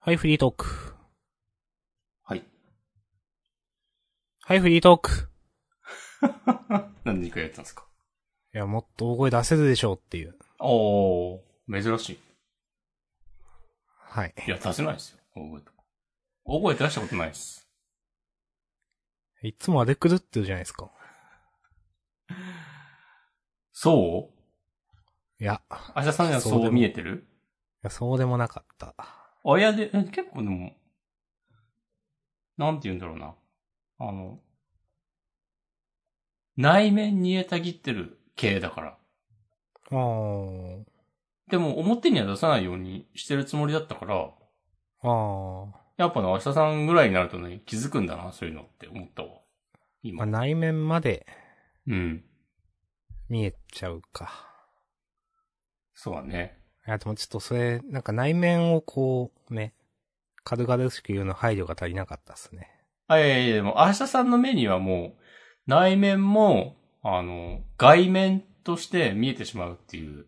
はい、フリートーク。はい。はい、フリートーク。何回やってたんですかいや、もっと大声出せるでしょうっていう。おー、珍しい。はい。いや、出せないですよ。大声とか。大声出したことないです。いつもあれ狂ってるじゃないですか。そういや、い明日さんにはそうそでうも見えてるやそうでもなかった。あ、いやで、え結構でも、なんて言うんだろうな。あの、内面煮えたぎってる系だから。あー、でも表には出さないようにしてるつもりだったから、あー。やっぱね、明日さんぐらいになるとね、気づくんだな、そういうのって思ったわ。ま今。あ、内面までうん。見えちゃうか。そうだね。いや、でもちょっとそれ、なんか内面をこう、ね、軽々しく言うの配慮が足りなかったっすね。あ、いやいやいや、でも、明日さんの目にはもう、内面も、あの、外面として見えてしまうっていう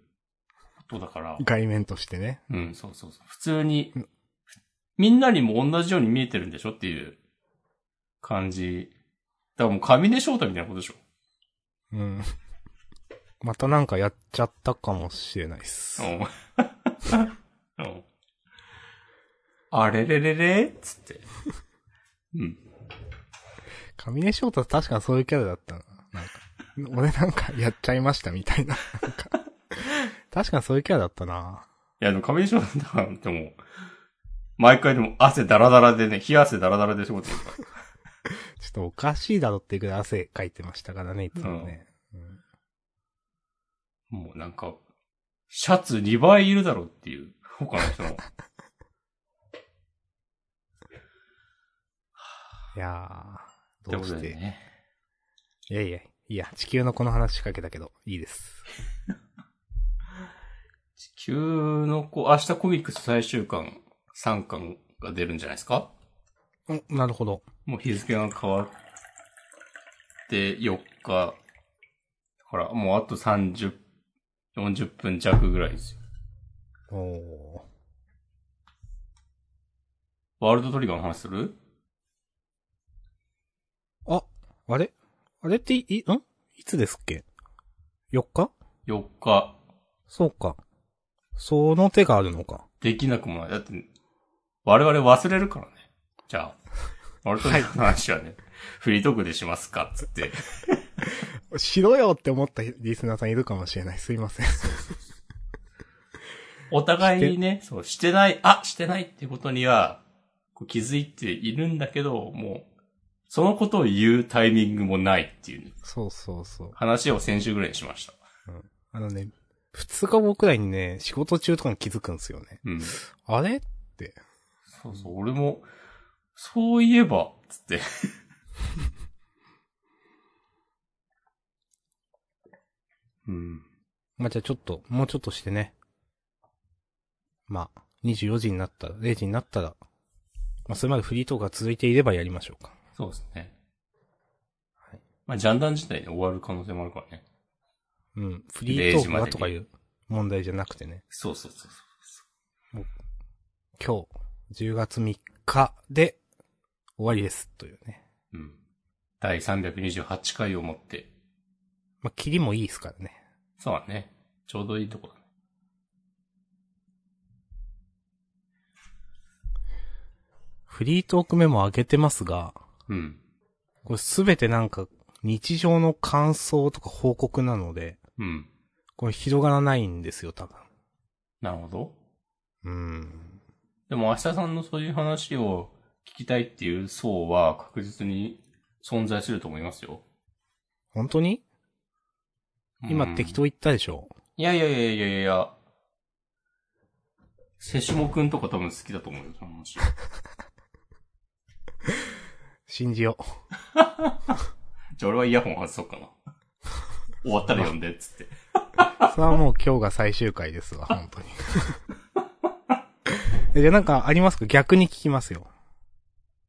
ことだから、外面としてね。うん、そうそうそう。普通に、みんなにも同じように見えてるんでしょっていう感じ。だからもう、上出翔太みたいなことでしょうん。 またなんかやっちゃったかもしれないっす。うん。 うんあれれれれっつって。うん。上根翔太確かそういうキャラだったな。なんか、俺なんかやっちゃいましたみたいな。なんか確かそういうキャラだったな。いや、でも、上出翔太なんてもう、毎回でも汗だらだらでね、冷や汗だらだらで仕事してるからちょっとおかしいだろっていうぐらい汗かいてましたからね、いつもね。うんもうなんか、シャツ2倍いるだろうっていう、 他の人も。いやー、って どこうとして。でね。いやいや、いいや、地球のこの話しかけたけど、いいです。地球の子、明日コミックス最終巻、3巻が出るんじゃないですかうん、なるほど。もう日付が変わって4日。だから、もうあと30、40分弱ぐらいですよ。おー。ワールドトリガーの話するあ、あれあれってい、い、んいつですっけ ?4 日 ?4 日。そうか。その手があるのか。できなくもない。だって、我々忘れるからね。じゃあ、ワールドトリガーの話は ね、フリートークでしますかっつって。しろよって思ったリスナーさんいるかもしれない。すいません。お互いにね、そう、してない、あ、してないってことには、こう気づいているんだけど、もう、そのことを言うタイミングもないっていうね、そうそうそう。話を先週ぐらいにしました。あのね、二日後くらいにね、仕事中とかに気づくんですよね。うん。あれそうそう、俺も、そういえば、つって。 うん。まあ、じゃあちょっと、もうちょっとしてね。まあ、24時になったら、0時になったら、まあ、それまでフリートークが続いていればやりましょうか。そうですね。はい。まあ、ジャンダン自体で終わる可能性もあるからね。うん。フリートーク0時まがでとかいう問題じゃなくてね。そうそうそうそう。今日、10月3日で終わりです。というね。うん。第328回をもって、まあ、切りもいいですからね。そうだね。ちょうどいいとこだね。フリートークメモ上げてますが、うん。これすべてなんか、日常の感想とか報告なので、うん。これ広がらないんですよ、多分。なるほど。うん。でも、明日さんのそういう話を聞きたいっていう層は確実に存在すると思いますよ。本当に今うん適当言ったでしょ、いやいやいやいやいやいや。セシモくんとか多分好きだと思うよ、その話。 信じよう。じゃあ俺はイヤホン外そうかな。 終わったら読んで、っつって。 それはもう今日が最終回ですわ、本当に。 えじゃあなんかありますか逆に聞きますよ。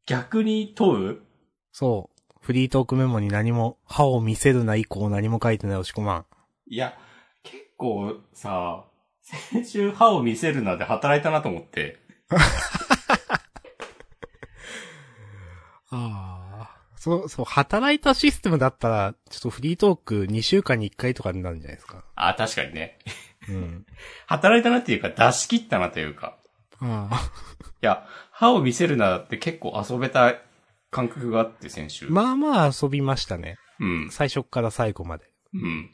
逆に問うそう。フリートークメモに何も、歯を見せるな以降何も書いてない押し込まん。いや、結構さ、先週歯を見せるなで働いたなと思って。そう、そう、働いたシステムだったら、ちょっとフリートーク2週間に1回とかになるんじゃないですか。あ、確かにね。うん。働いたなっていうか、出し切ったなというか。あ あ。いや、歯を見せるなって結構遊べた感覚があって、先週。まあまあ遊びましたね。うん。最初から最後まで。うん。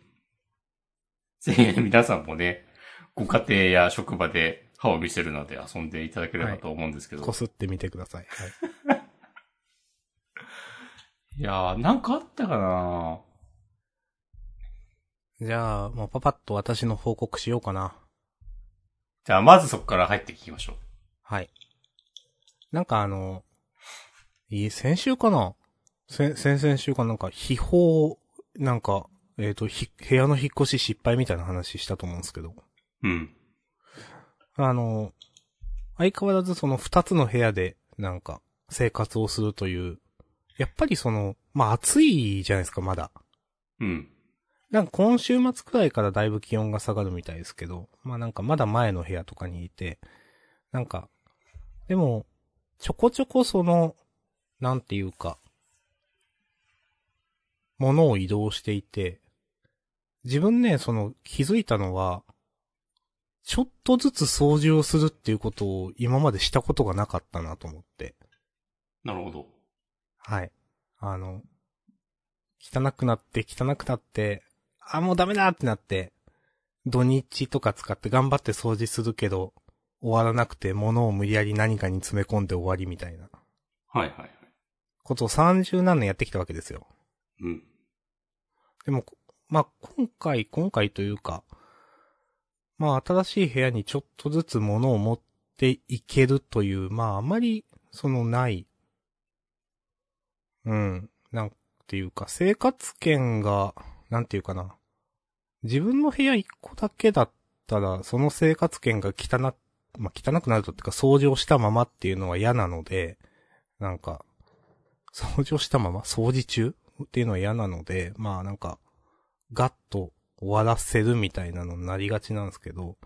ぜひ皆さんもね、ご家庭や職場で歯を見せるなで遊んでいただければと思うんですけど。こすってみてください。はい。い、やー、なんかあったかなじゃあ、もうパパッと私の報告しようかな。じゃあ、まずそこから入って聞きましょう。はい。なんかあの、いい先週かな先、先々週かなんか、秘宝、なんか、えっ、と、ひ、部屋の引っ越し失敗みたいな話したと思うんですけど。うん。あの、相変わらずその二つの部屋で、なんか、生活をするという、やっぱりその、まあ暑いじゃないですか、まだ。うん。なんか今週末くらいからだいぶ気温が下がるみたいですけど、まあなんかまだ前の部屋とかにいて、なんか、でも、ちょこちょこその、なんていうか、物を移動していて、自分ね、その気づいたのは、ちょっとずつ掃除をするっていうことを今までしたことがなかったなと思って。なるほど。はい。あの、汚くなって、汚くなって、あ、もうダメだってなって、土日とか使って頑張って掃除するけど、終わらなくて物を無理やり何かに詰め込んで終わりみたいなはいはいはい。ことを30何年やってきたわけですよ。うん。でも、まあ、今回、今回というか、まあ、新しい部屋にちょっとずつ物を持っていけるという、まあ、あまり、そのない、うん、なんていうか、生活圏が、なんていうかな。自分の部屋一個だけだったら、その生活圏が汚、まあ、汚くなるとっていうか、掃除をしたままっていうのは嫌なので、なんか、掃除をしたまま掃除中っていうのは嫌なので、まあなんか、ガッと終わらせるみたいなのになりがちなんですけど、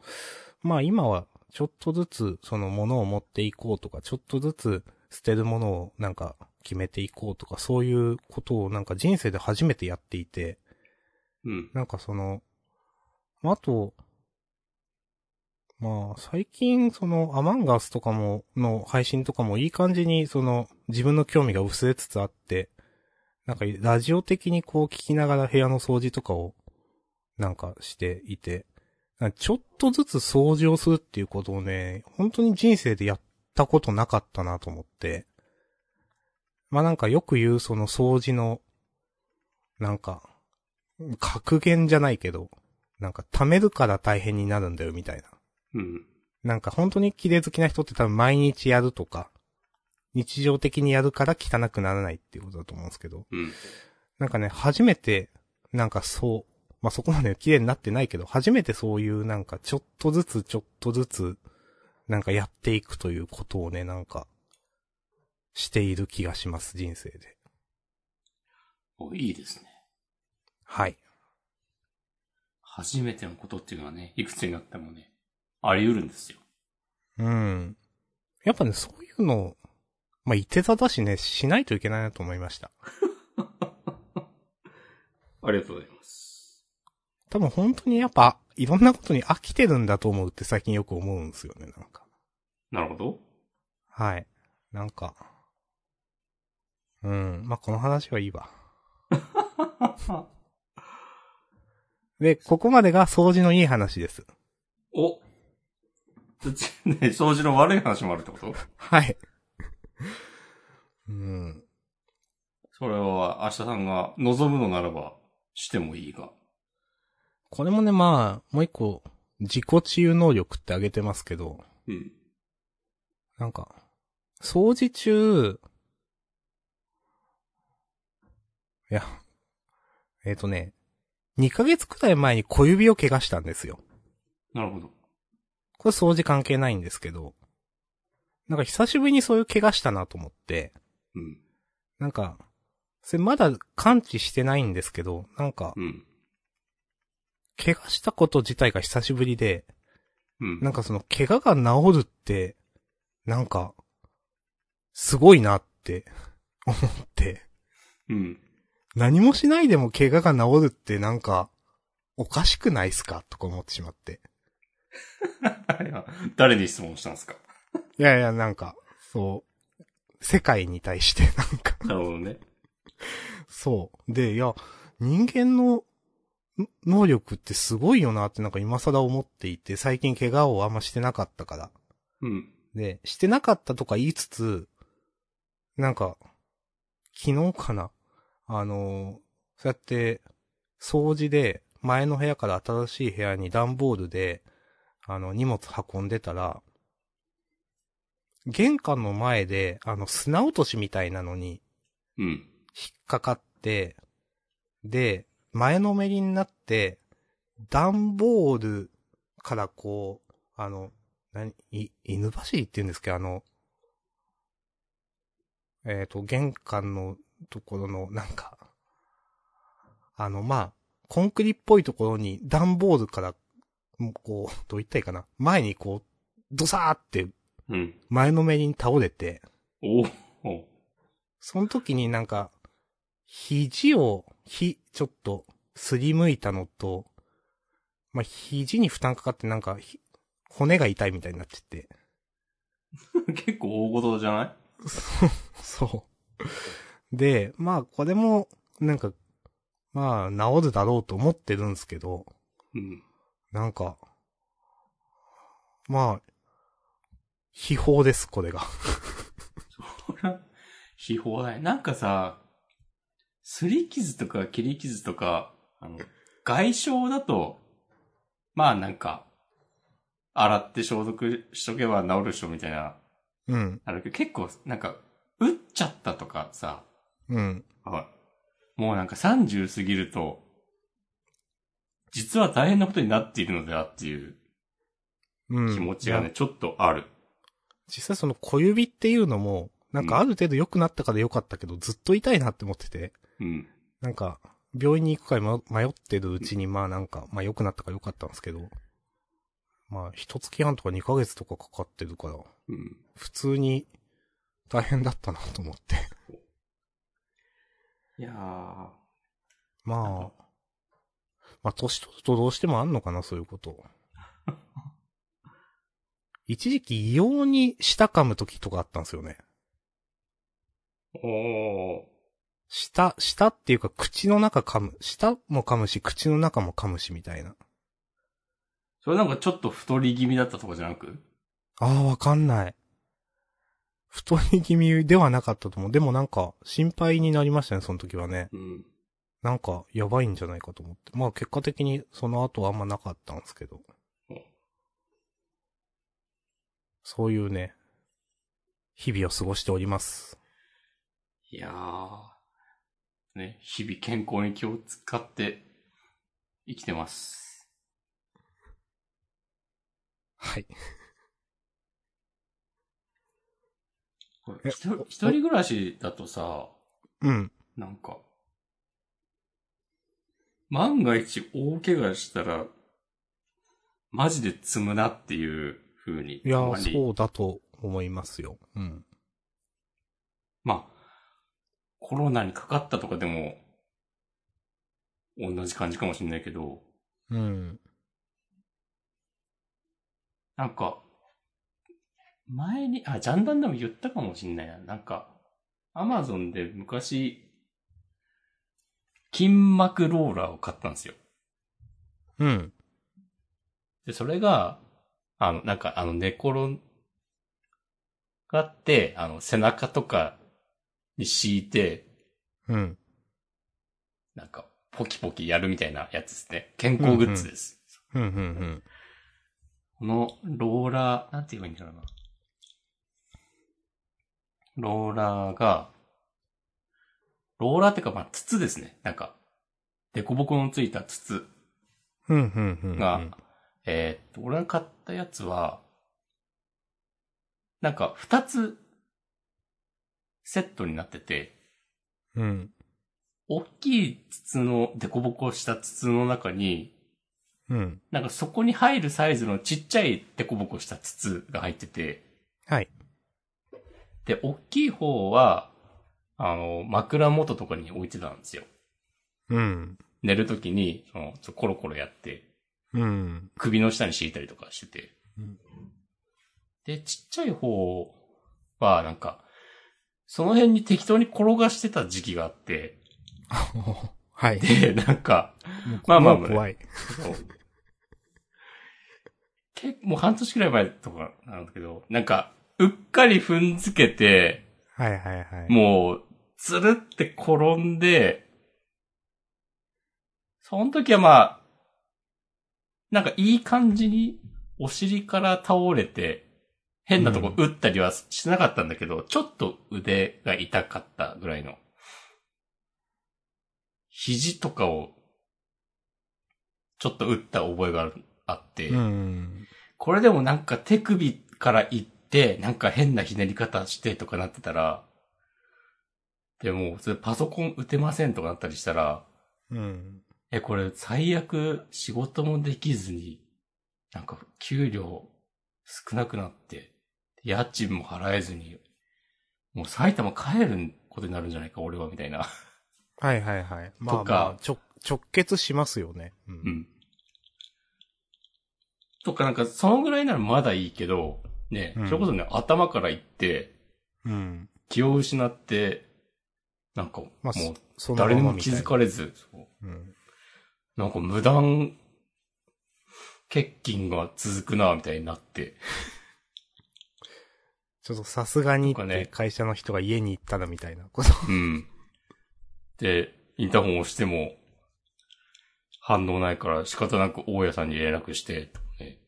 まあ今はちょっとずつそのものを持っていこうとか、ちょっとずつ捨てるものをなんか決めていこうとか、そういうことをなんか人生で初めてやっていて、うん。なんかその、まああと、まあ、最近、その、アマンガスとかも、の配信とかもいい感じに、その、自分の興味が薄れつつあって、なんか、ラジオ的にこう聞きながら部屋の掃除とかを、なんかしていて、なんかちょっとずつ掃除をするっていうことをね、本当に人生でやったことなかったなと思って、まあなんかよく言うその掃除の、なんか、格言じゃないけど、なんか貯めるから大変になるんだよみたいな。うん。なんか本当に綺麗好きな人って多分毎日やるとか、日常的にやるから汚くならないっていうことだと思うんですけど、うん。なんかね、初めて、なんかそう、まあ、そこまで綺麗になってないけど、初めてそういうなんかちょっとずつちょっとずつ、なんかやっていくということをね、なんか、している気がします、人生で。おいいですね。はい。初めてのことっていうのはね、いくつになってもね、あり得るんですよ。うん。やっぱね、そういうの、まあ、いて座だしね、しないといけないなと思いました。ありがとうございます。多分本当にやっぱ、いろんなことに飽きてるんだと思うって最近よく思うんですよね、なんか。なるほど。はい。なんか。うん。まあ、この話はいいわ。で、ここまでが掃除のいい話です。 おち ね掃除の悪い話もあるってことはい。うん。それは、明日さんが望むのならば、してもいいが。これもね、まあ、もう一個、自己治癒能力ってあげてますけど、うん。なんか、掃除中、いや、えっ、とね、2ヶ月くらい前に小指を怪我したんですよ。なるほど。これ掃除関係ないんですけど、なんか久しぶりにそういう怪我したなと思って、うん。なんか、それまだ完治してないんですけど、なんか、うん。怪我したこと自体が久しぶりで、うん。なんかその怪我が治るって、なんか、すごいなって思って、うん。何もしないでも怪我が治るってなんか、おかしくないっすかとか思ってしまって。いや 誰に質問したんですかいやいや、なんか、そう、世界に対してなんか、なるほどね。そう。で、いや、人間のん能力ってすごいよなってなんか今更思っていて、最近怪我をあんましてなかったから。うん。で、してなかったとか言いつつ、なんか、昨日かなあのーそうやって、掃除で、前の部屋から新しい部屋に段ボールで、あの、荷物運んでたら、玄関の前で、あの、砂落としみたいなのに、うん。引っかかって、で、前のめりになって、段ボールからこう、あの、何、い、犬走りって言うんですけど、あの、えっ、と、玄関のところの、なんか、あの、まあ、コンクリっぽいところに段ボールから、もうこう、どう言ったらいいかな、前にこう、ドサーってうん。前のめりに倒れて、おおその時になんか、肘を、ひ、ちょっと、すりむいたのと、まあ、肘に負担かかってなんか、ひ骨が痛いみたいになって て。 結構大事じゃないそう。で、まあ、これも、なんか、まあ、治るだろうと思ってるんですけど、うん。なんか、まあ、秘宝です、これが。これは、 秘宝だね。なんかさ、すり傷とか切り傷とか、あの、外傷だと、まあなんか、洗って消毒しとけば治るでしょみたいな、うん、あるけど、結構、なんか、打っちゃったとかさ、うん、はい。もうなんか30過ぎると、実は大変なことになっているのではっていううん。気持ちがね、ちょっとある。実際その小指っていうのも、なんかある程度良くなったから良かったけど、ずっと痛いなって思ってて、うん。なんか、病院に行くかま迷ってるうちに、まあなんか、まあ良くなったから良かったんですけど、まあ、一月半とか二ヶ月とかかかってるから、うん。普通に大変だったなと思って。 いやー。まあ、まあ年取るとどうしてもあんのかな、そういう こと。一時期異様に舌噛む時とかあったんですよね。おー。舌、舌っていうか口の中噛む。舌も噛むし、口の中も噛むし、みたいな。それなんかちょっと太り気味だったとかじゃなくああ、わかんない。太り気味ではなかったと思う。でもなんか、心配になりましたね、その時はね。うん。なんか、やばいんじゃないかと思って。まあ結果的に、その後はあんまなかったんですけどうん。そういうね、日々を過ごしております。いやー。ね、日々健康に気を使って生きてます。はい。これえひと一人暮らしだとさ、うん。なんか、万が一大怪我したら、マジで積むなっていう風に。いやたまー、にそうだと思いますよ。うん。まあ、コロナにかかったとかでも、同じ感じかもしれないけど、うん。なんか、前に、あ、ジャンダンでも言ったかもしんないな。なんか、アマゾンで昔、筋膜ローラーを買ったんですよ。うん。で、それが、あの、なんか、あの、寝転がって、あの、背中とかに敷いて、うん。なんか、ポキポキやるみたいなやつですね。健康グッズです。うん、うん、うん。この、ローラー、なんて言えばいいんだろうな。ローラーが、ローラーってか、まあ、筒ですね。なんか、凸凹のついた筒うん、うん、うん。が、えーっと、俺が買ったやつは、なんか二つセットになってて、うん。大きい筒の、デコボコした筒の中に、うん。なんかそこに入るサイズのちっちゃいデコボコした筒が入ってて、はい。で、大きい方は、あの、枕元とかに置いてたんですよ。うん。寝るときに、その、ちょコロコロやって、うん。首の下に敷いたりとかしてて。うんで、ちっちゃい方は、なんか、その辺に適当に転がしてた時期があって、はい。で、なんか、ままああままああまあ怖い。そう。結構、もう半年くらい前とかなんだけど、なんか、うっかり踏んづけて、はいはいはい。もう、つるって転んで、その時はまあ、なんかいい感じにお尻から倒れて、変なとこ打ったりはしなかったんだけど、ちょっと腕が痛かったぐらいの。肘とかを、ちょっと打った覚えがあるあって、うん。これでもなんか手首から行って、なんか変なひねり方してとかなってたら、でも、それパソコン打てませんとかなったりしたら、うん。え、これ最悪仕事もできずに、なんか給料少なくなって、家賃も払えずに、もう埼玉帰ることになるんじゃないか、俺は、みたいな。はいはいはい。まとあ、かまあ、ちょ直結しますよね。う。うんん。とかなんか、そのぐらいならまだいいけど、ね、うんそれこそね、頭から行って、うん。気を失って、なんか、まあ、も、そうそのま誰まにもみ気たいなづかれず、そううん。なんか無断、欠勤が続くな、みたいになって。ちょっとさすがにっとかねて会社の人が家に行ったらみたいな こと。うん。で、インターホンを押しても、反応ないから仕方なく大家さんに連絡して、とかね。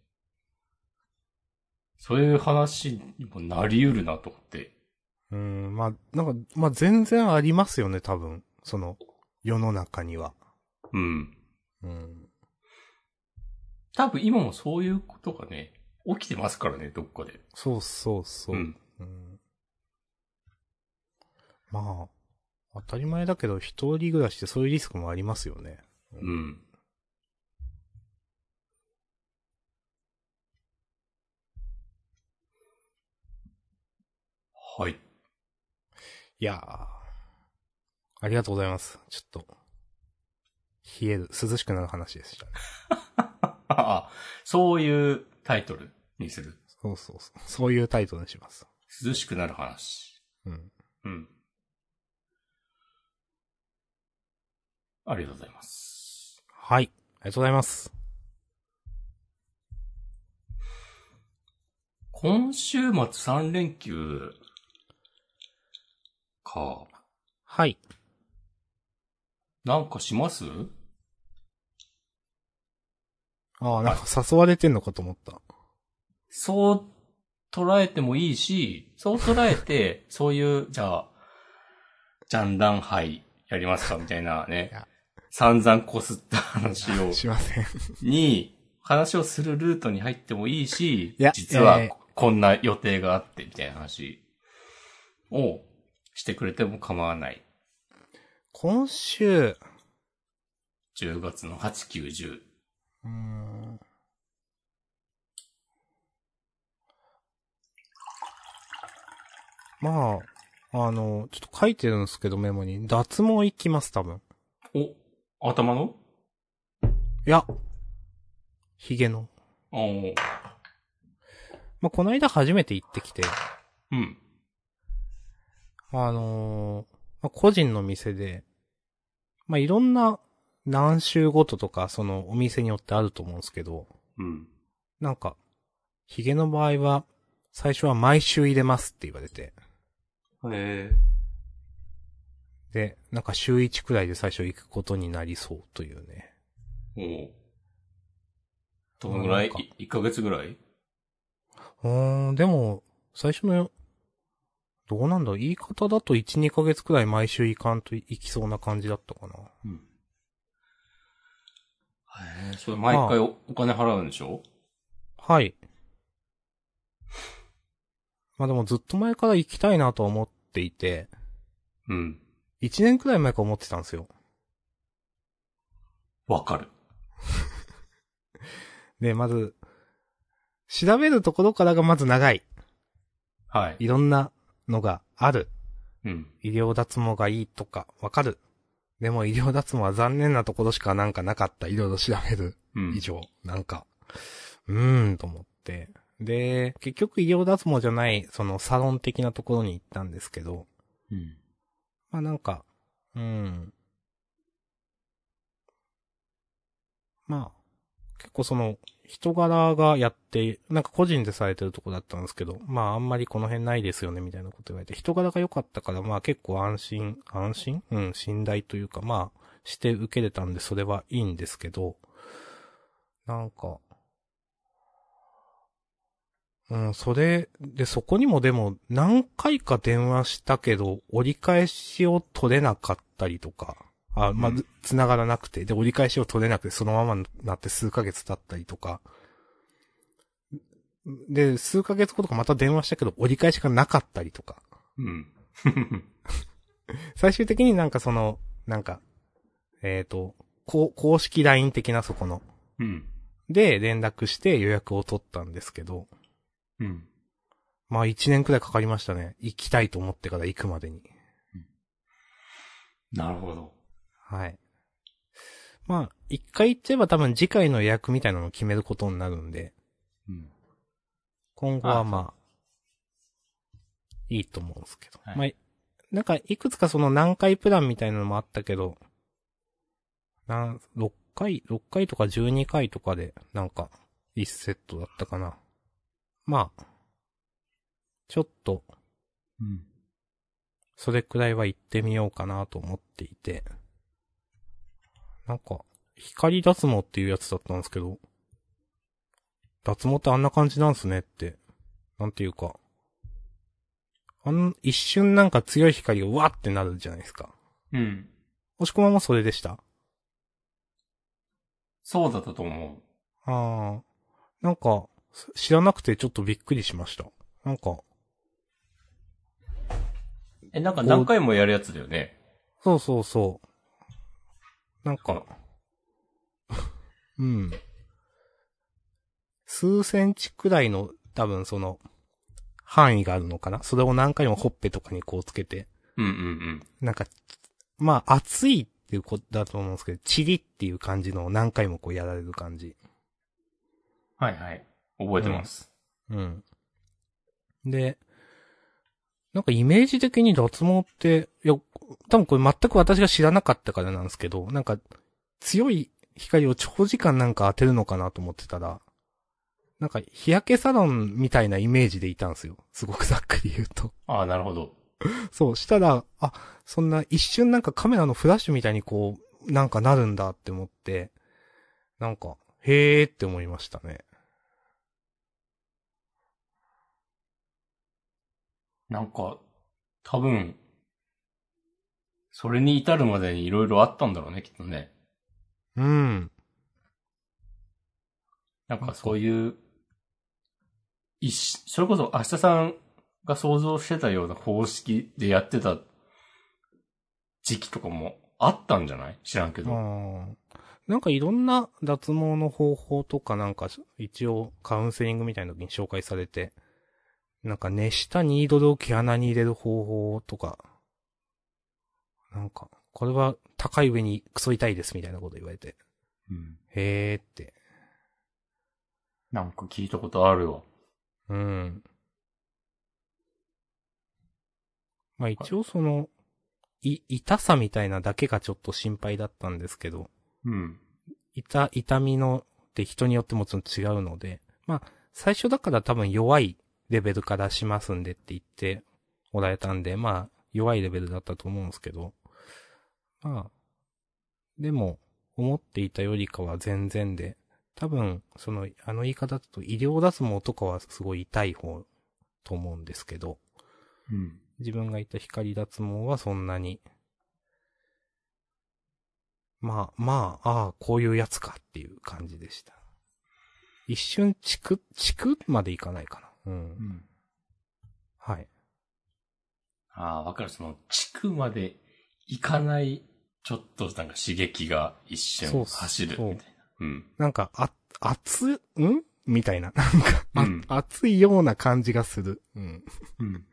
そういう話にもなり得るなと思って。うん。まあ、なんか、まあ全然ありますよね、多分。その、世の中には。うん。うん。多分今もそういうことがね、起きてますからね、どっかで。そうそうそう。ん。うんまあ、当たり前だけど、一人暮らしってそういうリスクもありますよね。うん。はい。 いやーありがとうございます。ちょっと、冷える、涼しくなる話でしたね。あそういうタイトルにする。そうそうそう。そういうタイトルにします。涼しくなる話。うん。うん。ありがとうございます。はい。ありがとうございます。今週末3連休か。はい。なんかしますああ、なんか誘われてんのかと思った。そう捉えてもいいし、そう捉 えて、そういう、じゃあ、ジャンダン杯やりますかみたいなねいや、散々こすった話を、しません。に、話をするルートに入ってもいいいしや、実はえーこんな予定があって、みたいな話をしてくれても構わない。今週、 10月の8、9、10。うーんまあ、あの、ちょっと書いてるんですけどメモに、脱毛行きます、多分。お、頭のいや、ヒゲの。あーまあ、この間初めて行ってきて、うん。あのーまあ、個人の店で、まあ、いろんな何週ごととか、そのお店によってあると思うんですけど、うん。なんか、ヒゲの場合は、最初は毎週入れますって言われて、えで、なんか週1くらいで最初行くことになりそうというね。ー、おどのぐらいなんかい ?1 ヶ月ぐらいうーん、でも、最初の、どうなんだろう言い方だと1、2ヶ月くらい毎週行かんと行きそうな感じだったかな。うん。へえ、それ毎回おお金払うんでしょはい。まあでもずっと前から行きたいなとは思っていて、うん。 1年くらい前から思ってたんですよ。わかる。で、まず、調べるところからがまず長い。はい。いろんなのがある。うん。医療脱毛がいいとか、わかる。でも医療脱毛は残念なところしかなんかなかった。いろいろ調べるうん。以上。なんか、うーん、と思って。で、結局医療脱毛じゃない、そのサロン的なところに行ったんですけど、うん。まあなんか、うん。まあ、結構その、人柄がやって、なんか個人でされてるとこだったんですけど、まああんまりこの辺ないですよねみたいなこと言われて、人柄が良かったから、まあ結構安心、安心うん、信頼というか、まあ、して受けれたんでそれはいいんですけど、なんか、うん、それ、で、そこにもでも何回か電話したけど、折り返しを取れなかったりとか、あ、まあうん、繋がらなくて、で、折り返しを取れなくて、そのままになって数ヶ月経ったりとか、で、数ヶ月後とかまた電話したけど、折り返しがなかったりとか、うん。 最終的になんかその、なんか、えっ、と、こう公式 LINE 的なそこの、うん。で連絡して予約を取ったんですけど、うん。まあ1年くらいかかりましたね。行きたいと思ってから行くまでに。なるほど。はい。まあ、一回行っちゃえば多分次回の予約みたいなのを決めることになるんで、うん。今後はまあ、いいと思うんですけど。はいまあ、なんかいくつかその何回プランみたいなのもあったけど、なん、6回、6回とか12回とかで、なんか、1セットだったかな。まあ、ちょっと、うん。それくらいは行ってみようかなと思っていて。なんか、光脱毛っていうやつだったんですけど、脱毛ってあんな感じなんすねって、なんていうか、あん、一瞬なんか強い光がわーってなるじゃないですか。うん。押し込まもそれでした。そうだったと思あー、なんか、す知らなくてちょっとびっくりしました。なんか、う。え、なんか何回もやるやつだよね。そうそうそう。なんか、 うん。数センチくらいの、多分その、範囲があるのかなそれを何回もほっぺとかにこうつけて、うんうんなんか、まあ、熱いっていうことだと思うんですけど、チリっていう感じのを何回もこうやられる感じ。うん。はいはい。覚えてます。うん。で、なんかイメージ的に脱毛って、いや、多分これ全く私が知らなかったからなんですけど、なんか強い光を長時間なんか当てるのかなと思ってたら、なんか日焼けサロンみたいなイメージでいたんですよ。すごくざっくり言うと。 ああ、なるほど。そう、したら、あ、そんな一瞬なんかカメラのフラッシュみたいにこう、なんかなるんだって思って、なんか、へーって思いましたね。なんか、多分、それに至るまでに色々あったんだろうね、きっとね。うん。なんかそういう、一し、それこそ明日さんが想像してたような方式でやってた時期とかもあったんじゃない知らんけど。うんなんかいろんな脱毛の方法とかなんか一応カウンセリングみたいな時に紹介されて、なんか熱したニードルを毛穴に入れる方法とか、なんか、これは高い上にクソ痛いですみたいなこと言われて、うんへーって。なんか聞いたことあるわ。うん。まあ一応その、い、痛さみたいなだけがちょっと心配だったんですけど、うん。痛、痛みのって人によってもちろん違うので、まあ、最初だから多分弱いレベルからしますんでって言ってもらえたんで、まあ、弱いレベルだったと思うんですけど、まあ、でも、思っていたよりかは全然で、多分、その、あの言い方だと医療脱毛とかはすごい痛い方と思うんですけど、うん。自分が言った光脱毛はそんなに、まあ、まあ、ああ、こういうやつかっていう感じでした。一瞬、チク、チクまでいかないかな。うん。うん。はい。ああ、わかる。その、地区まで行かない、ちょっとなんか刺激がそ一う瞬っす走るみたいな。うん。なんか、あ、熱、んみたいな。なんか、あうん熱いような感じがする。うん。うん。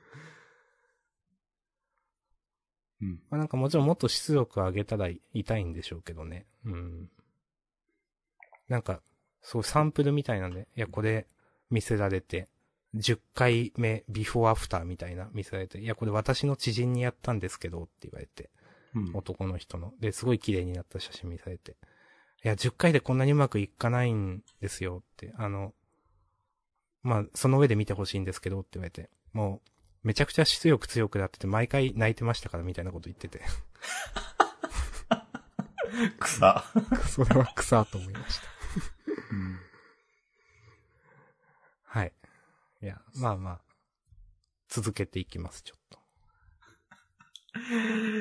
うん。まあなんかもちろんもっと出力上げたら痛いんでしょうけどね。うん。なんか、そうサンプルみたいなんで、いやこれ見せられて、10回目ビフォーアフターみたいな見せられて、いやこれ私の知人にやったんですけどって言われて、うん。男の人の。で、すごい綺麗になった写真見されて。いや、10回でこんなにうまくいかないんですよって。あの、まあ、その上で見てほしいんですけどって言われて。もう、めちゃくちゃ出力強くなってて、毎回泣いてましたからみたいなこと言ってて。草。 それは草と思いました。はい。いや、まあまあ、続けていきます、ちょっと。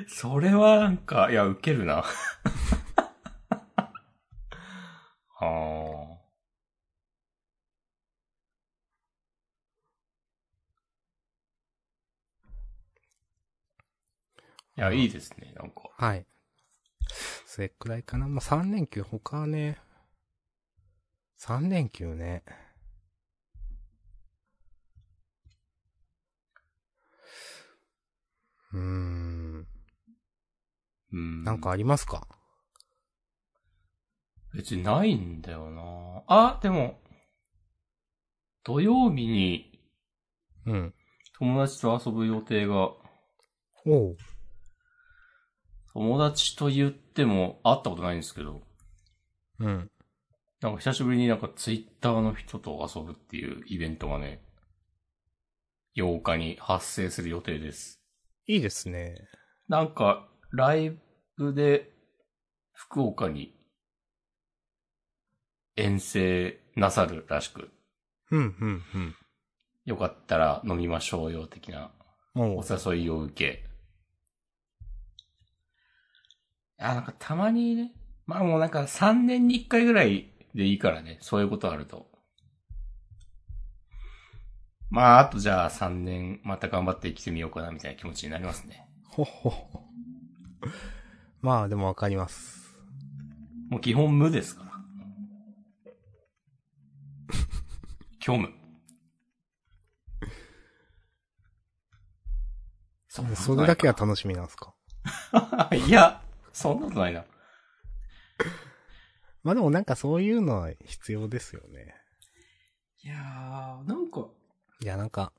それはなんか、いや、ウケるな。 あーいや、いいですね、なんか。はい。それくらいかな。まあ、3連休、他はね、3連休ね。うーん。うん。なんかありますか、別にないんだよなあ、でも、土曜日にうん。友達と遊ぶ予定が、おう。友達と言っても会ったことないんですけど、うん。なんか久しぶりになんかツイッターの人と遊ぶっていうイベントがね、8日に発生する予定です。いいですね。なんか、ライブで福岡に遠征なさるらしく、うん、うん、うん。よかったら飲みましょうよ的なもうお、誘いを受け。あ、なんかたまにね、まあもうなんか3年に1回ぐらいでいいからね、そういうことあると。まああとじゃあ3年また頑張って生きてみようかなみたいな気持ちになりますね。ほっほっほ。 まあ、でもわかります。もう基本無ですから。虚無。 そんなことそないれかだけは楽しみなんですか いや、そんなことないな。まあでもなんかそういうのは必要ですよね。いやー、なんか、いや、なんか、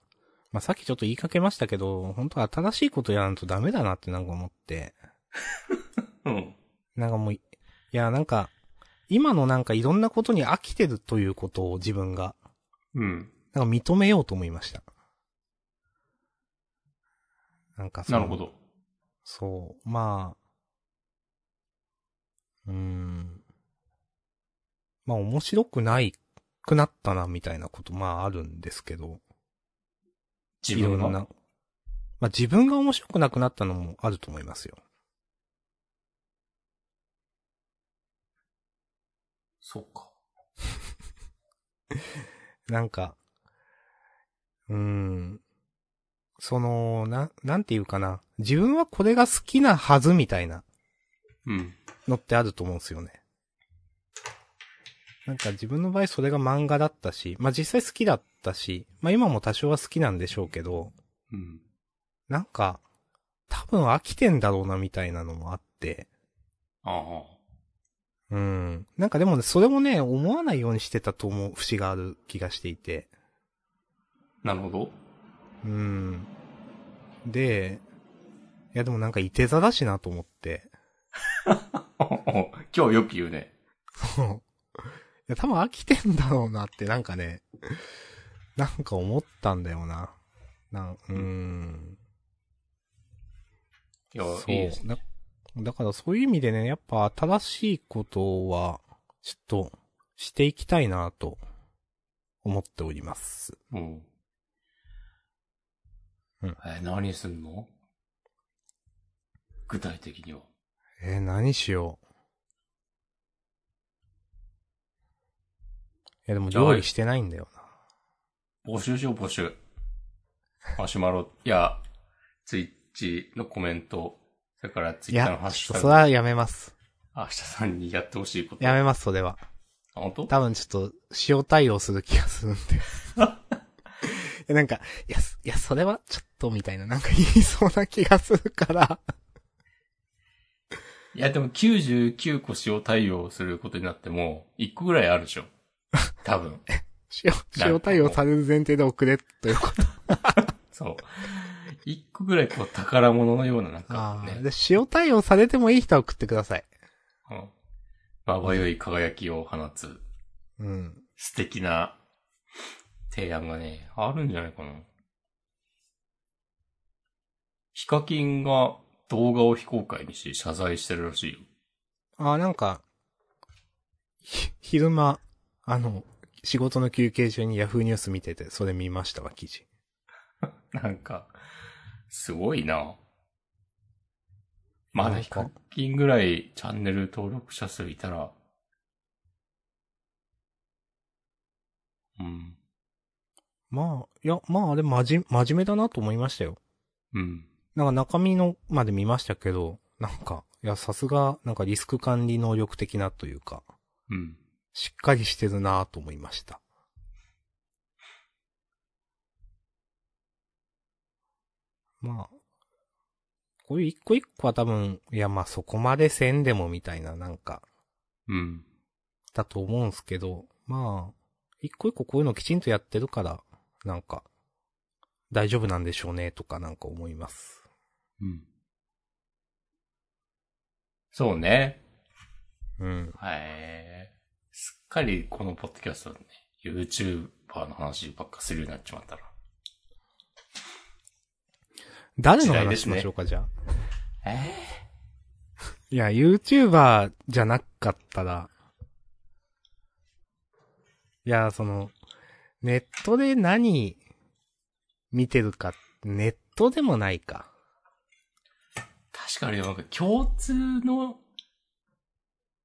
まあ、さっきちょっと言いかけましたけど、本当新しいことやらんとダメだなってなんか思って。うん。なんかもうい、いや、なんか、今のなんかいろんなことに飽きてるということを自分が、うん。なんか認めようと思いました。なんかそなのるほ。ど。そう、まあ、うーん。まあ面白くないくなったなみたいなこと、まああるんですけど。自分いろんはな。まあ、自分が面白くなくなったのもあると思いますよ。そうか。なんか、うーん。その、な、なんていうかな。自分はこれが好きなはずみたいなうん。のってあると思うんですよね。なんか自分の場合それが漫画だったし、まあ、実際好きだったし、まあ、今も多少は好きなんでしょうけど、うん。なんか、多分飽きてんだろうなみたいなのもあって、あうん。なんかでもね、それもね、思わないようにしてたと思う節がある気がしていて。あ。なるほど。 うん。で、いやでもなんかいて座だしなと思って。今日よく言うね。そういや、多分飽きてんだろうなって、なんかね、なんか思ったんだよな。なん、うん。いや、いそういですね。だ。だからそういう意味でね、やっぱ新しいことは、ちょっと、していきたいなと、思っております。うん。うんえー、何すんの具体的には。えー何しよう。いや、でも料理してないんだよな。募集しよう、募集。マシュマロや、ツイッチのコメント、それからツいイッターのや、ハッシちょュっタとグそれ、はやめます。明日さんにやってほしいこと。やめます、それは。あ、本当多分ちょっと、塩対応する気がするんで。い やなんか、いや、いや、それはちょっとみたいな、なんか言いそうな気がするから、 いや、でも99個塩対応することになっても、1個ぐらいあるでしょ。多分。塩、塩対応される前提で送れ、ということ。そう。1個ぐらいこう宝物のようななんかああ、ね、で塩対応されてもいい人は送ってください。うんまばゆい輝きを放つうん。素敵な提案がね、あるんじゃないかな。ヒカキンが動画を非公開にし謝罪してるらしいよ。ああ、なんか、ひ昼間、あの、仕事の休憩中にヤフーニュース見てて、それ見ましたわ、記事。なんか、すごいな。まだヒカキンぐらいチャンネル登録者数いたら、うん、まあ、いや、まあ、あれ、まじ、真面目だなと思いましたよ。うん、なんか中身のまで見ましたけど、なんか、いや、さすが、なんかリスク管理能力的なというか、うん。しっかりしてるなぁと思いました。まあ、こういう一個一個は多分、いやまあそこまでせんでもみたいななんか、うん。だと思うんすけど、まあ、一個一個こういうのきちんとやってるから、なんか、大丈夫なんでしょうねとかなんか思います。うん。そうね。うん。はい。すっかりこのポッドキャストね、YouTuber の話ばっかするようになっちまったら。誰の時代で話すしねましょうか、じゃあ。えいや、YouTuber じゃなかったら、いや、その、ネットで何見てるか、ネットでもないか。確かになんか共通の、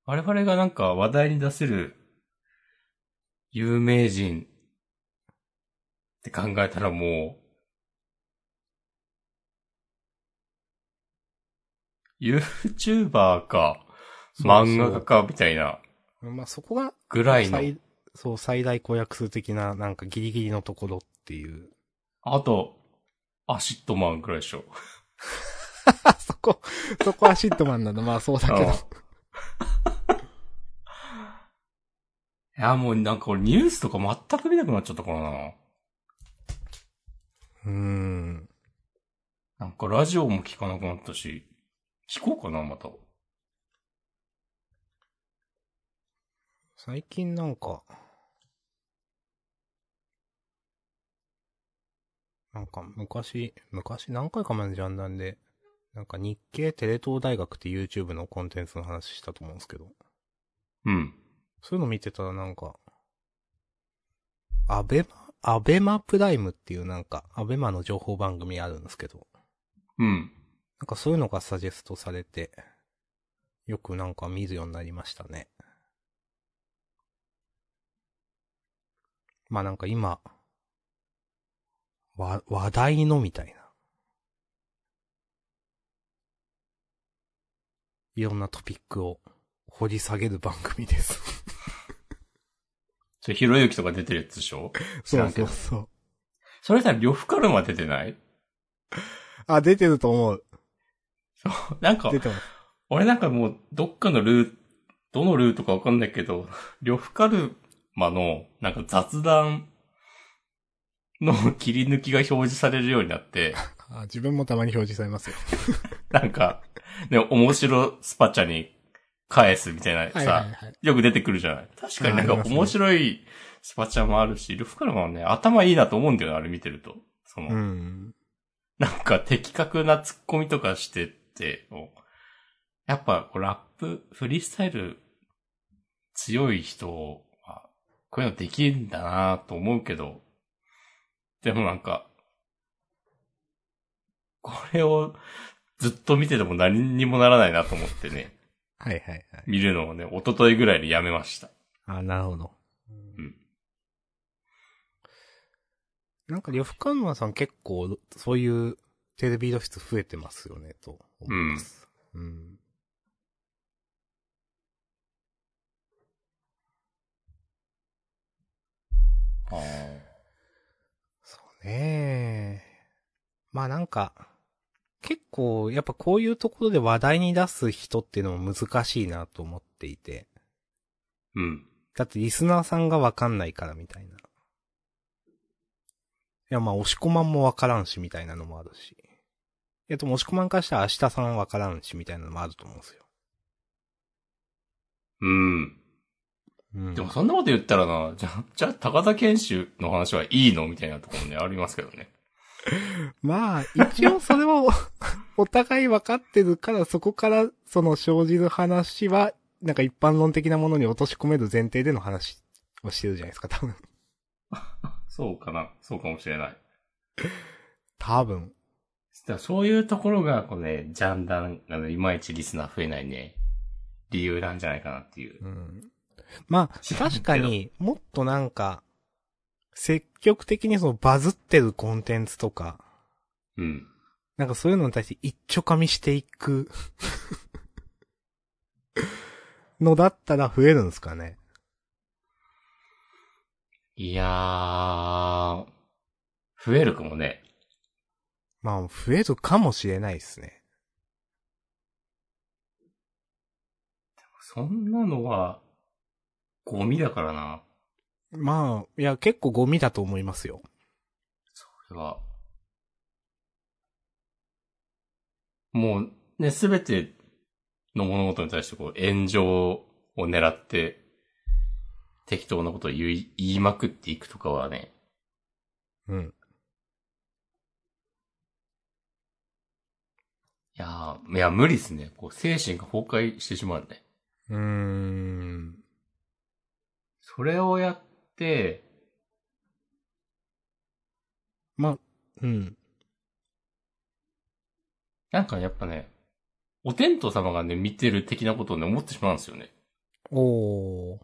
我々がなんか話題に出せる有名人って考えたらもう、YouTuber か、漫画家かみたいなまあ、そこが、ぐらいの。最そう、最大公約数的な、なんかギリギリのところって いう。あと、アシットマンくらいでしょ。あ、そこ、そこはシットマンなの。まあ、そうだけうんど。いや、もうなんか俺ニュースとか全く見なくなっちゃったからな。うーん。なんかラジオも聞かなくなったし、聞こうかな、また。最近なんか、なんか昔、昔何回か前のジャンダンで、なんか日系テレ東大学って YouTube のコンテンツの話したと思うんですけど、うん。そういうの見てたらなんか、アベマ、アベマプライムっていうなんか、アベマの情報番組あるんですけど、うん。なんかそういうのがサジェストされて、よくなんか見るようになりましたね。まあなんか今、わ、話題のみたいな。いろんなトピックを掘り下げる番組です。それ、ひろゆきとか出てるやつでしょ 知 そらうんそけどうそう。それさ、呂布カルマ出てない あ、出てると思う。なんか出、てます。俺なんかもう、どっかのルー、どのルートかわかんないけど、 呂布カルマの、なんか雑談の 切り抜きが表示されるようになって、 あ自分もたまに表示されますよ。なんか、ね、面白スパチャに返すみたいなさ、はいはいはい。よく出てくるじゃない確かになあんありかますね面白いスパチャもあるし、ルフカルマはね、頭いいなと思うんだよね、あれ見てると。その、うん。 なんか的確な突っ込みとかしてって、もうやっぱこうラップ、フリースタイル強い人は、こういうのできるんだなと思うけど、でもなんか、これをずっと見てても何にもならないなと思ってね、はいはいはい。見るのをね、一昨日ぐらいにやめました。あ、なるほど。うんなんか、呂布カルマさん結構、そういうテレビ露出増えてますよね、と思います。うん。ああ。そうねまあなんか、結構、やっぱこういうところで話題に出す人っていうのも難しいなと思っていて。うん。だってリスナーさんがわかんないからみたいな。いや、まあ、押し込まんもわからんし、みたいなのもあるし。いや、でも押し込まんからしたら明日さんわからんし、みたいなのもあると思うんですよ。うん。うん。でもそんなこと言ったらな、じゃあ、じゃあ、高田研修の話はいいのみたいなところもね、ありますけどね。まあ、一応それを お互い分かってるから、そこからその生じる話は、なんか一般論的なものに落とし込める前提での話をしてるじゃないですか、多分。そうかな。そうかもしれない。多分。だからそういうところが、こうね、ジャンダンがね、いまいちリスナー増えないね、理由なんじゃないかなっていう。うん。まあ、知らんけ確どかにもっとなんか、積極的にそのバズってるコンテンツとか、うん。なんかそういうのに対して一丁噛みしていく のだったら増えるんですかね。いやー、増えるかもね。まあ、増えるかもしれないですね。そんなのは、ゴミだからな。まあ、いや、結構ゴミだと思いますよ。それは。もう、ね、すべての物事に対してこう、炎上を狙って、適当なことを言い、言いまくっていくとかはね、うん。いやー、いや、無理ですね。こう、精神が崩壊してしまうね。うーん。それをやって、まあ、うん。なんかやっぱね、お天道様がね、見てる的なことをね、思ってしまうんですよね。おー。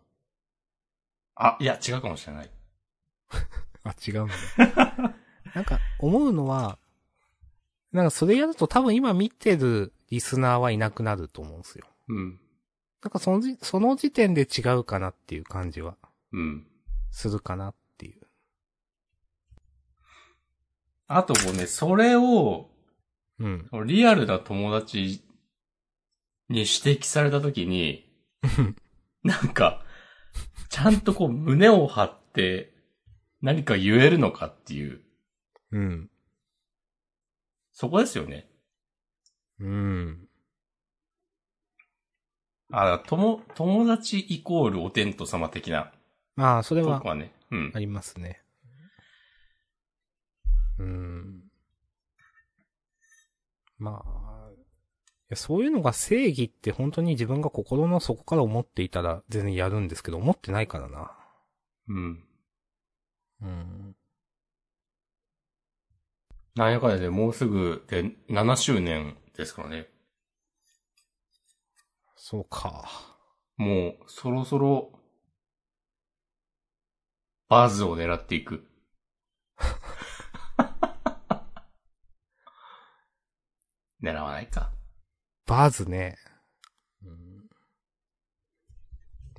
あ、いや、違うかもしれない。あ、違うんだ。 なんか、思うのは、なんかそれやると多分今見てるリスナーはいなくなると思うんですよ。うん。なんかそのじ、その時点で違うかなっていう感じはうん。するかなっていう。あとこうね、それを、うん。リアルな友達に指摘されたとき に、なんか、ちゃんとこう胸を張って何か言えるのかっていう、うん。そこですよね。うん。あ、友、友達イコールお天道様的な、まあ、それは僕はね、うんあ。りますね。うん。まあ、いやそういうのが正義って本当に自分が心の底から思っていたら全然やるんですけど、思ってないからな。うん。うん。なんやかんやでもうすぐで7周年ですからね。そうか。もうそろそろ、バズを狙っていく。 狙わないか。バズね。うん、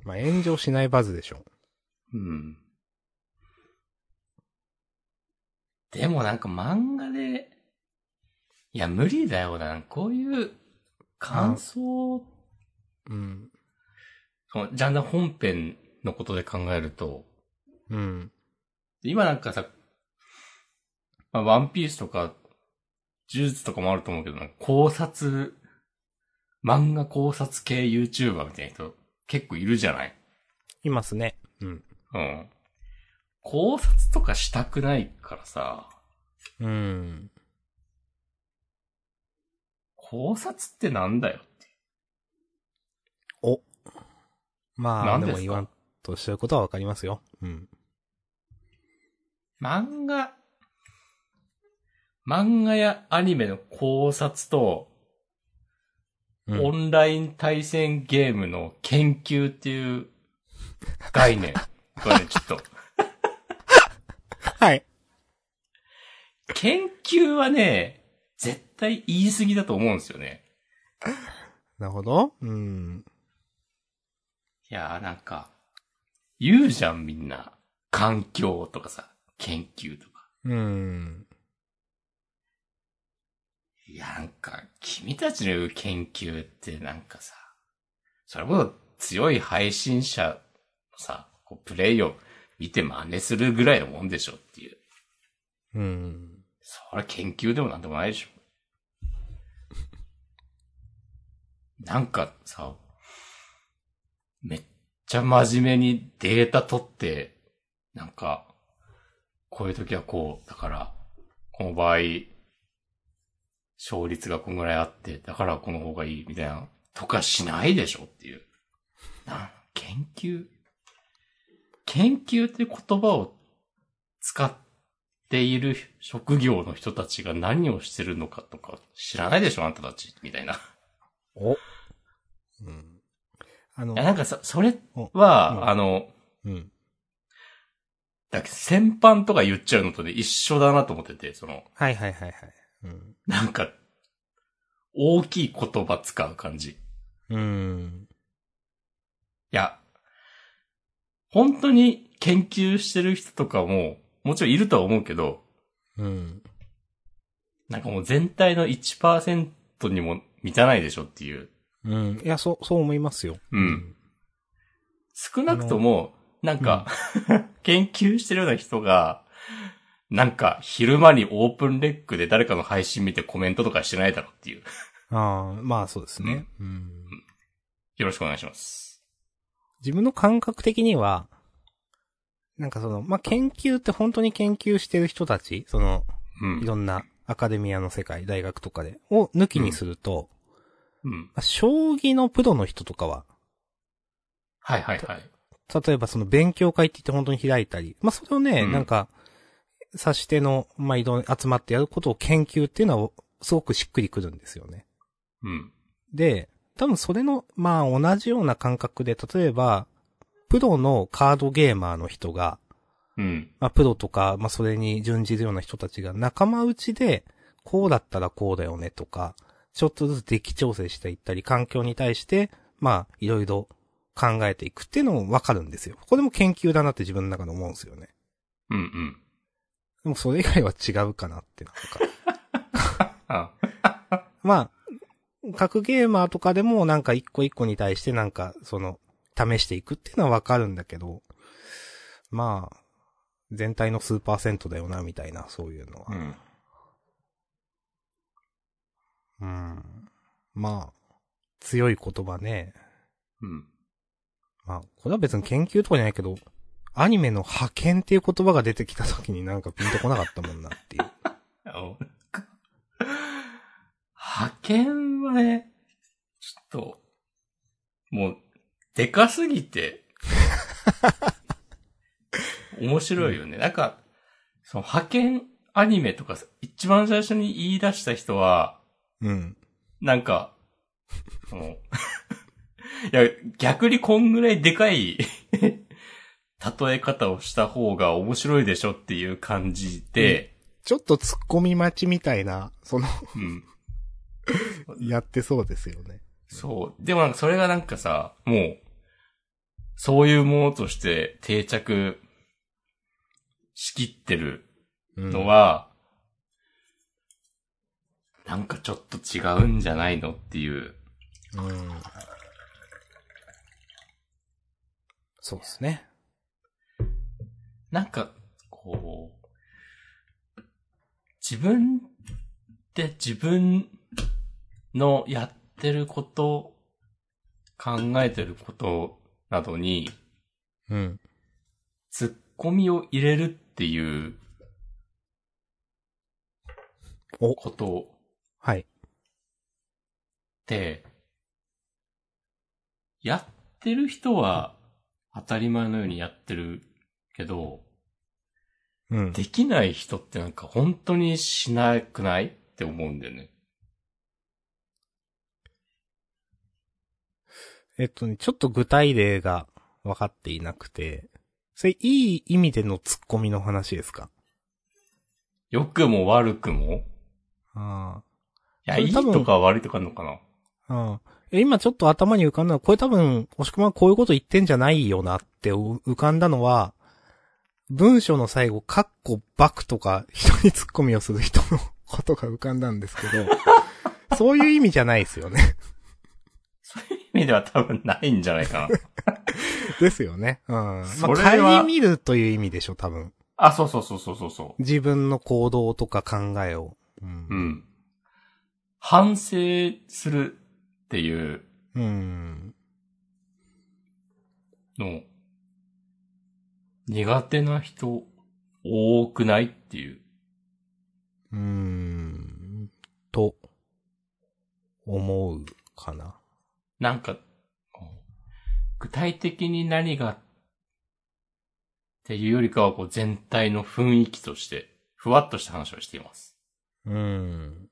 まあ、炎上しないバズでしょ。うん。でもなんか漫画で、いや無理だよな。こういう感想うん。そのジャンダー本編のことで考えると、うん。今なんかさ、まあ、ワンピースとか、呪術とかもあると思うけど、なんか考察、漫画考察系 YouTuber みたいな人結構いるじゃないいますね。うん。うん。考察とかしたくないからさ、うん。考察ってなんだよ。まあ、何ででもすか言わんとしてることはわかりますよ。うん。漫画、漫画やアニメの考察と、うんオンライン対戦ゲームの研究って いう概念。これね、ちょっと。はい。研究はね、絶対言い過ぎだと思うんですよね。なるほど。うん。いやーなんか、言うじゃんみんな。環境とかさ、研究とか。うーん。いや、なんか、君たちの言う研究ってなんかさ、それこそ強い配信者のさ、こうプレイを見て真似するぐらいのもんでしょっていう。うん。それ研究でもなんでもないでしょ。 なんかさ、めっちゃ真面目にデータ取って、なんか、こういう時はこう、だから、この場合、勝率がこんぐらいあって、だからこの方がいいみたいな、とかしないでしょっていう。なん、研究研究って言葉を使っている職業の人たちが何をしてるのかとか知らないでしょあんたたち、みたいな。お。うん。あのいや、なんかさ、それおうは、んあの、うん。だ先般とか言っちゃうのとね、一緒だなと思ってて、その、はいはいはいはい。うん。なんか、大きい言葉使う感じ。いうん。や、本当に研究してる人とかも、もちろんいるとは思うけど、うん。なんかもう全体の1%にも満たないでしょっていう。うん。いや、そう、そう思いますよ。うん。少なくとも、なんか、 研究してるような人が、なんか、昼間にオープンレックで誰かの配信見てコメントとかしてないだろうっていう。ああ、まあそうですね。うん。よろしくお願いします。自分の感覚的には、なんかその、まあ、研究って本当に研究してる人たち、その、ういん。ろんなアカデミアの世界、大学とかで、を抜きにすると、うん。まあ将棋のプロの人とかは、はいはいはい。例えばその勉強会って言って本当に開いたり、まあ、それをね、うんなんか、指し手の、まあ、いろんな集まってやることを研究っていうのは、すごくしっくりくるんですよね。うん。で、多分それの、まあ同じような感覚で、例えば、プロのカードゲーマーの人が、うん。まあプロとか、まあそれに準じるような人たちが仲間内で、こうだったらこうだよねとか、ちょっとずつ出来調整していったり、環境に対して、まあいろいろ考えていくっていうのもわかるんですよ。これも研究だなって自分の中で思うんですよね。うんうん。でもそれ以外は違うかなってなんか。あ、まあ、格ゲーマーとかでもなんか一個一個に対してなんか、その、試していくっていうのはわかるんだけど、まあ、全体の数パーセントだよな、みたいな、そういうのは。うん。うん。まあ、強い言葉ね。うん。まあ、これは別に研究とかじゃないけど、アニメの派遣っていう言葉が出てきた時になんかピンとこなかったもんなっていう。あのなん か派遣はね、ちょっと、もう、でかすぎ て、面白いよね。なんか、その派遣アニメとかさ、一番最初に言い出した人は、うん。なんか、その いや、逆にこんぐらいでかい 例え方をした方が面白いでしょっていう感じで、ちょっと突っ込み待ちみたいな、その、うんやってそうですよね。そう。でもなんかそれがなんかさ、もう、そういうものとして定着しきってるうんのは、なんかちょっと違うんじゃないのっていう。うん。そうですね。なんか、こう、自分で自分のやってること、考えてることなどに、うん。ツッコミを入れるっていうお、ことはい。って、やってる人は当たり前のようにやってるけど、うん。できない人ってなんか本当にしなくないって思うんだよね。えっとね、ちょっと具体例が分かっていなくて、それいい意味での突っ込みの話ですか良くも悪くもあいや、それいい多分とか悪いとかあるのかなあ。うん。え、今ちょっと頭に浮かんだのは、これ多分、押し込まんこういうこと言ってんじゃないよなってう浮かんだのは、文章の最後、カッコバクとか、人に突っ込みをする人のことが浮かんだんですけ ど、そういう意味じゃないですよね。意味では多分ないんじゃな いかな。ですよね。うん。まあ、それは顧みるという意味でしょ、多分。あ、そうそうそうそうそうそう。自分の行動とか考えを。うんうん。反省するっていううん。の、苦手な人多くないっていう。うーん。と、思うかな。なんか、こう具体的に何が、っていうよりかは、こう全体の雰囲気として、ふわっとした話をしています。うーん。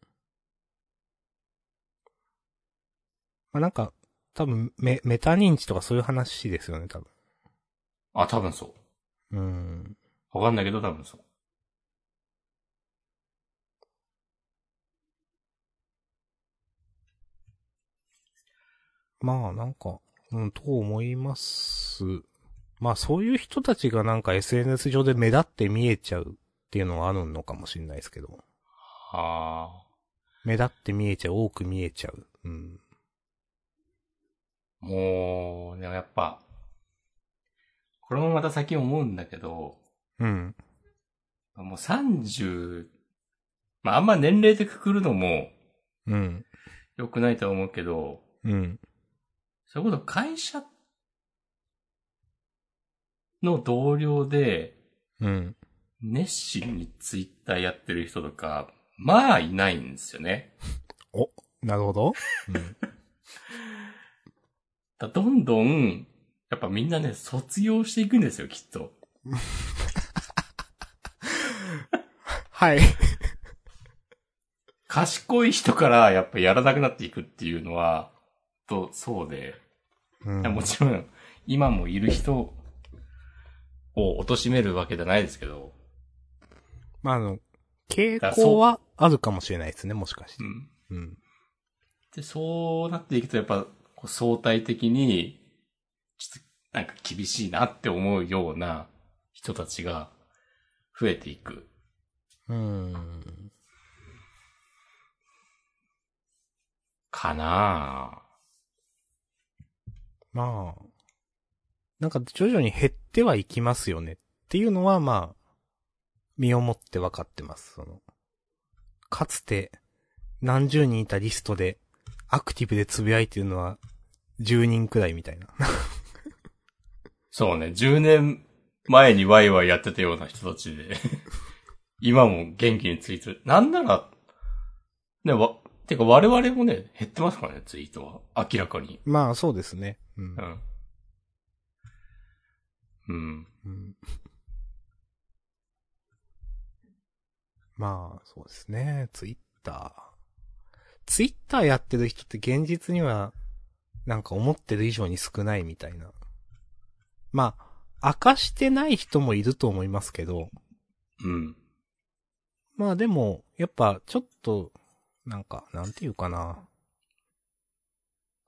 まあ、なんか、多分メ、メタ認知とかそういう話ですよね、多分。あ、多分そうーん。う。わかんないけど多分そう。まあ、なんか、うん、と思います。まあ、そういう人たちがなんか SNS 上で目立って見えちゃうっていうのはあるのかもしれないですけど。ああ、目立って見えちゃう、多く見えちゃう。うん。もう、でもやっぱ、これもまた先思うんだけど、うん。もう30、まああんま年齢でくくるのもうん。良くないとは思うけど、うん。それこそ会社の同僚でうん。熱心にツイッターやってる人とか、まあいないんですよね。なるほど。 うん。だどんどん、やっぱみんなね、卒業していくんですよ、きっと。はい。賢い人からやっぱやらなくなっていくっていうのは、と、そうで。うんいやもちろん、今もいる人を貶めるわけじゃないですけど、まあ、あの、傾向はあるかもしれないですね、もしかしてう。ん。うん。で、そうなっていくと、やっぱ、こう相対的に、ちょっと、なんか厳しいなって思うような人たちが増えていく。うん。かなぁまあ、なんか徐々に減ってはいきますよねっていうのは、まあ、身をもって分かってます。その、かつて何十人いたリストでアクティブでつぶやいてるのは10人くらいみたいな。そうね、10年前にワイワイやってたような人たちで、 今も元気にツイート、なんなら、ね、わ、てか我々もね、減ってますからね、ツイートは。明らかに。 まあ、そうですね。うんう。ん。うん。うんまあ、そうですね。ツイッター。ツイッターやってる人って現実には、なんか思ってる以上に少ないみたいな。まあ、明かしてない人もいると思いますけど、うん。まあでも、やっぱちょっと、なんか、なんていうかな。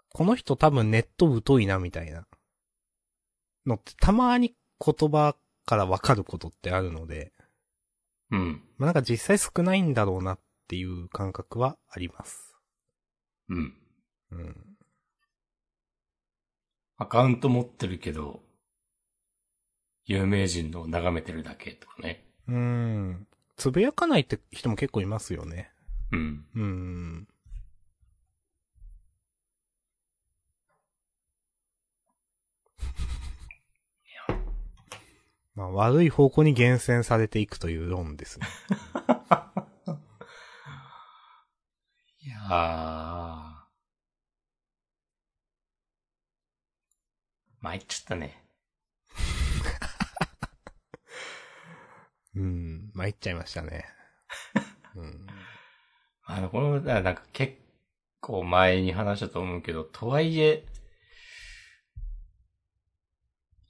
この人多分ネット疎いなみたいな。のってたまに言葉からわかることってあるので、うん。まあなんか実際少ないんだろうなっていう感覚はあります。うん。うん。アカウント持ってるけど、有名人のを眺めてるだけとかね。うーん。つぶやかないって人も結構いますよね。うん。うーん。 まあ、悪い方向に厳選されていくという論ですね。いやー。参っちゃったね。うん。参っちゃいましたね。うん。あの、この、あなんか結構前に話したと思うけど、とはいえ、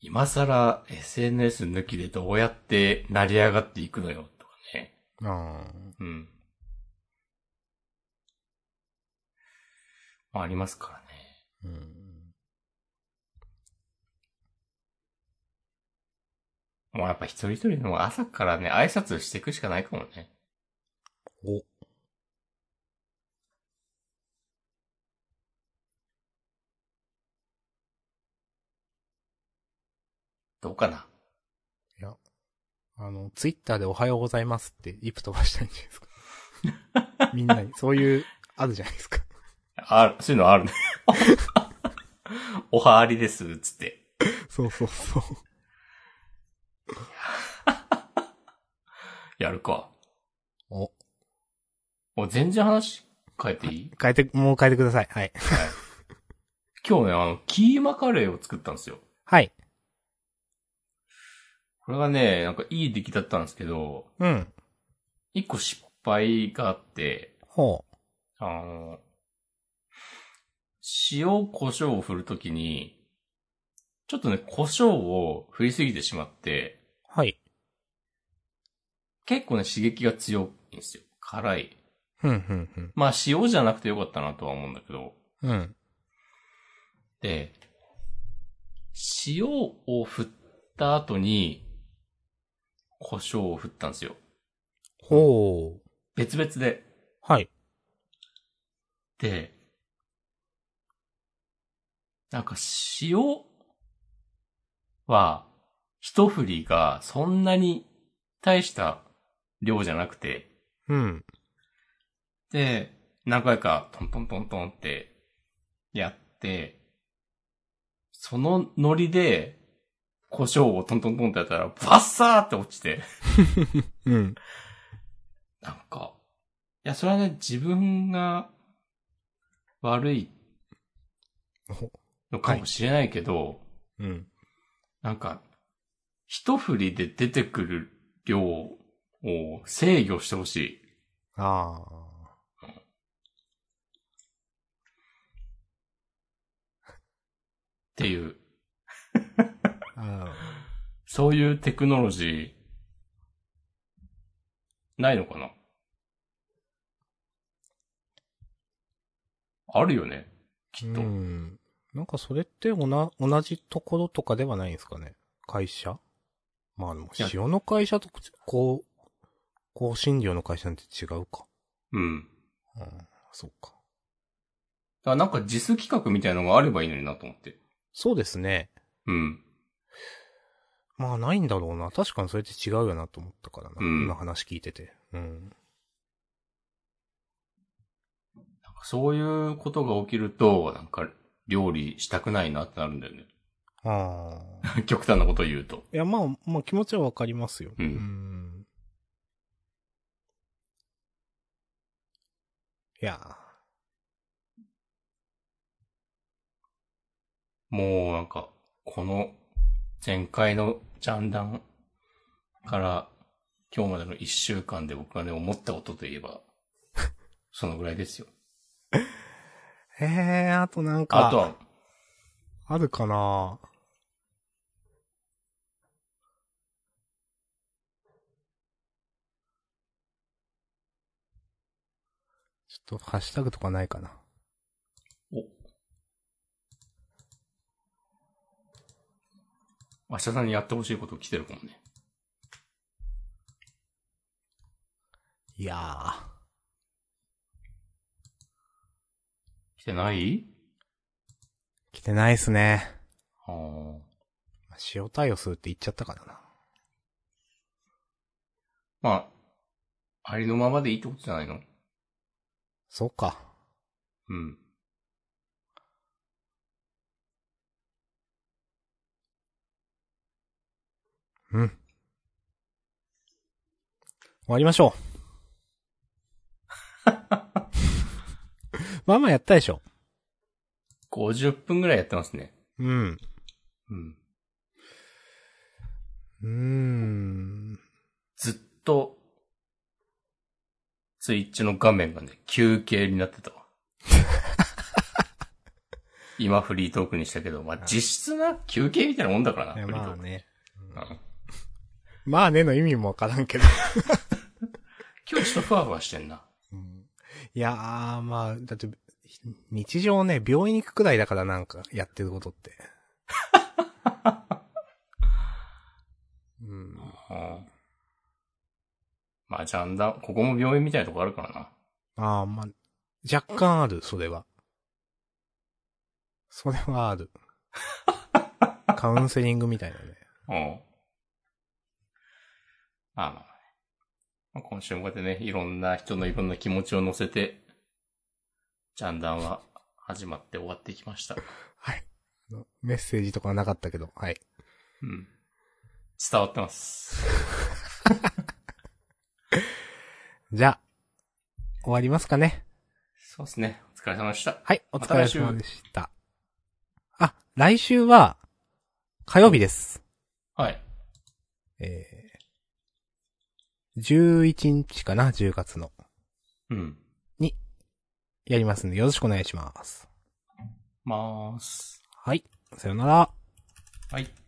今更 SNS 抜きでどうやって成り上がっていくのよ、とかね。あーうん。まあ、ありますからね。うん。もうやっぱ一人一人の朝からね、挨拶していくしかないかもね。お。どうかないや、あの、ツイッターでおはようございますって一歩飛ばしたいんじゃないですか。みんなに、そういう、あるじゃないですか。ある、そういうのあるね。おはありです、つって。そうそうそう。やるか。お。お、全然話変えていい変えて、もう変えてください。はい。今日ね、あの、キーマカレーを作ったんですよ。はい。これがね、なんかいい出来だったんですけど、うん。一個失敗があって、ほう。あの、塩、胡椒を振るときに、ちょっとね、胡椒を振りすぎてしまって、はい。結構ね、刺激が強いんですよ。辛い。ふんふんふん。まあ、塩じゃなくてよかったなとは思うんだけど、うん。で、塩を振った後に、胡椒を振ったんですよ。ほう。別々で。はい。で、なんか塩は、一振りがそんなに大した量じゃなくて、うん。で、何回かトントントントンってやって、そのノリで、胡椒をトントントンってやったら、バッサーって落ちて、うん。なんか、いや、それはね、自分が悪いほのかもしれないけど、うん。なんか、一振りで出てくる量を制御してほしい。あっていう、あ。あそういうテクノロジー、ないのかなあるよね。きっと。うん。なんかそれっておな、同じところとかではないんですかね会社まあでも、いや塩の会社と、こう、香辛料の会社なんて違うか。うん。だうん。そうか。からなんか実企画みたいなのがあればいいのになと思って。そうですね。うん。まあないんだろうな。確かにそれって違うよなと思ったからな。うん今話聞いてて。うん。なんかそういうことが起きると、なんか料理したくないなってなるんだよね。 ああ。極端なこと言うと。いや、まあ、まあ気持ちはわかりますよ。うんんいやー。もうなんか、この前回のジャンダンから今日までの一週間で僕がね、思ったことといえば、 そのぐらいですよ。ええー、あとなんか。あとは、あるかなちょっと、ハッシュタグとかないかな。明日さんにやってほしいこと来てるかもね。いやー。来てない来てないっすね。あー塩対応するって言っちゃったからな。まあ、ありのままでいいってことじゃないのそうか。うん。うん。終わりましょう。 まあまあやったでしょ。 50分ぐらいやってますね。うん。うん。うーん。ずっと、ツイッチの画面がね、休憩になってた わ。今フリートークにしたけど、まあ、実質な休憩みたいなもんだからいな、やフリーまトあーク。ね。うんまあねの意味もわからんけど。今日ちょっとふわふわしてんな。うんいやー、まあ、だって、ひ日常ね、病院行くくらいだからなんか、やってることって。うん。うんまあ、ジャンダン、ここも病院みたいなとこあるからな。あー、まあ、若干ある、それは。それはある。カウンセリングみたいなね。うん。まあまあね。まあ、今週もこうやってね、いろんな人のいろんな気持ちを乗せて、ジャンダンは始まって終わってきました。はい。あのメッセージとかはなかったけど、はい。うん。伝わってます。じゃあ、終わりますかね。そうですね。お疲れ様でした。はい、おまた疲れ様でした。あ、来週は、火曜日です。はい。えー、11日かな、10月の。うん。やりますんで、よろしくお願いします。まーす。はい、さよなら。はい。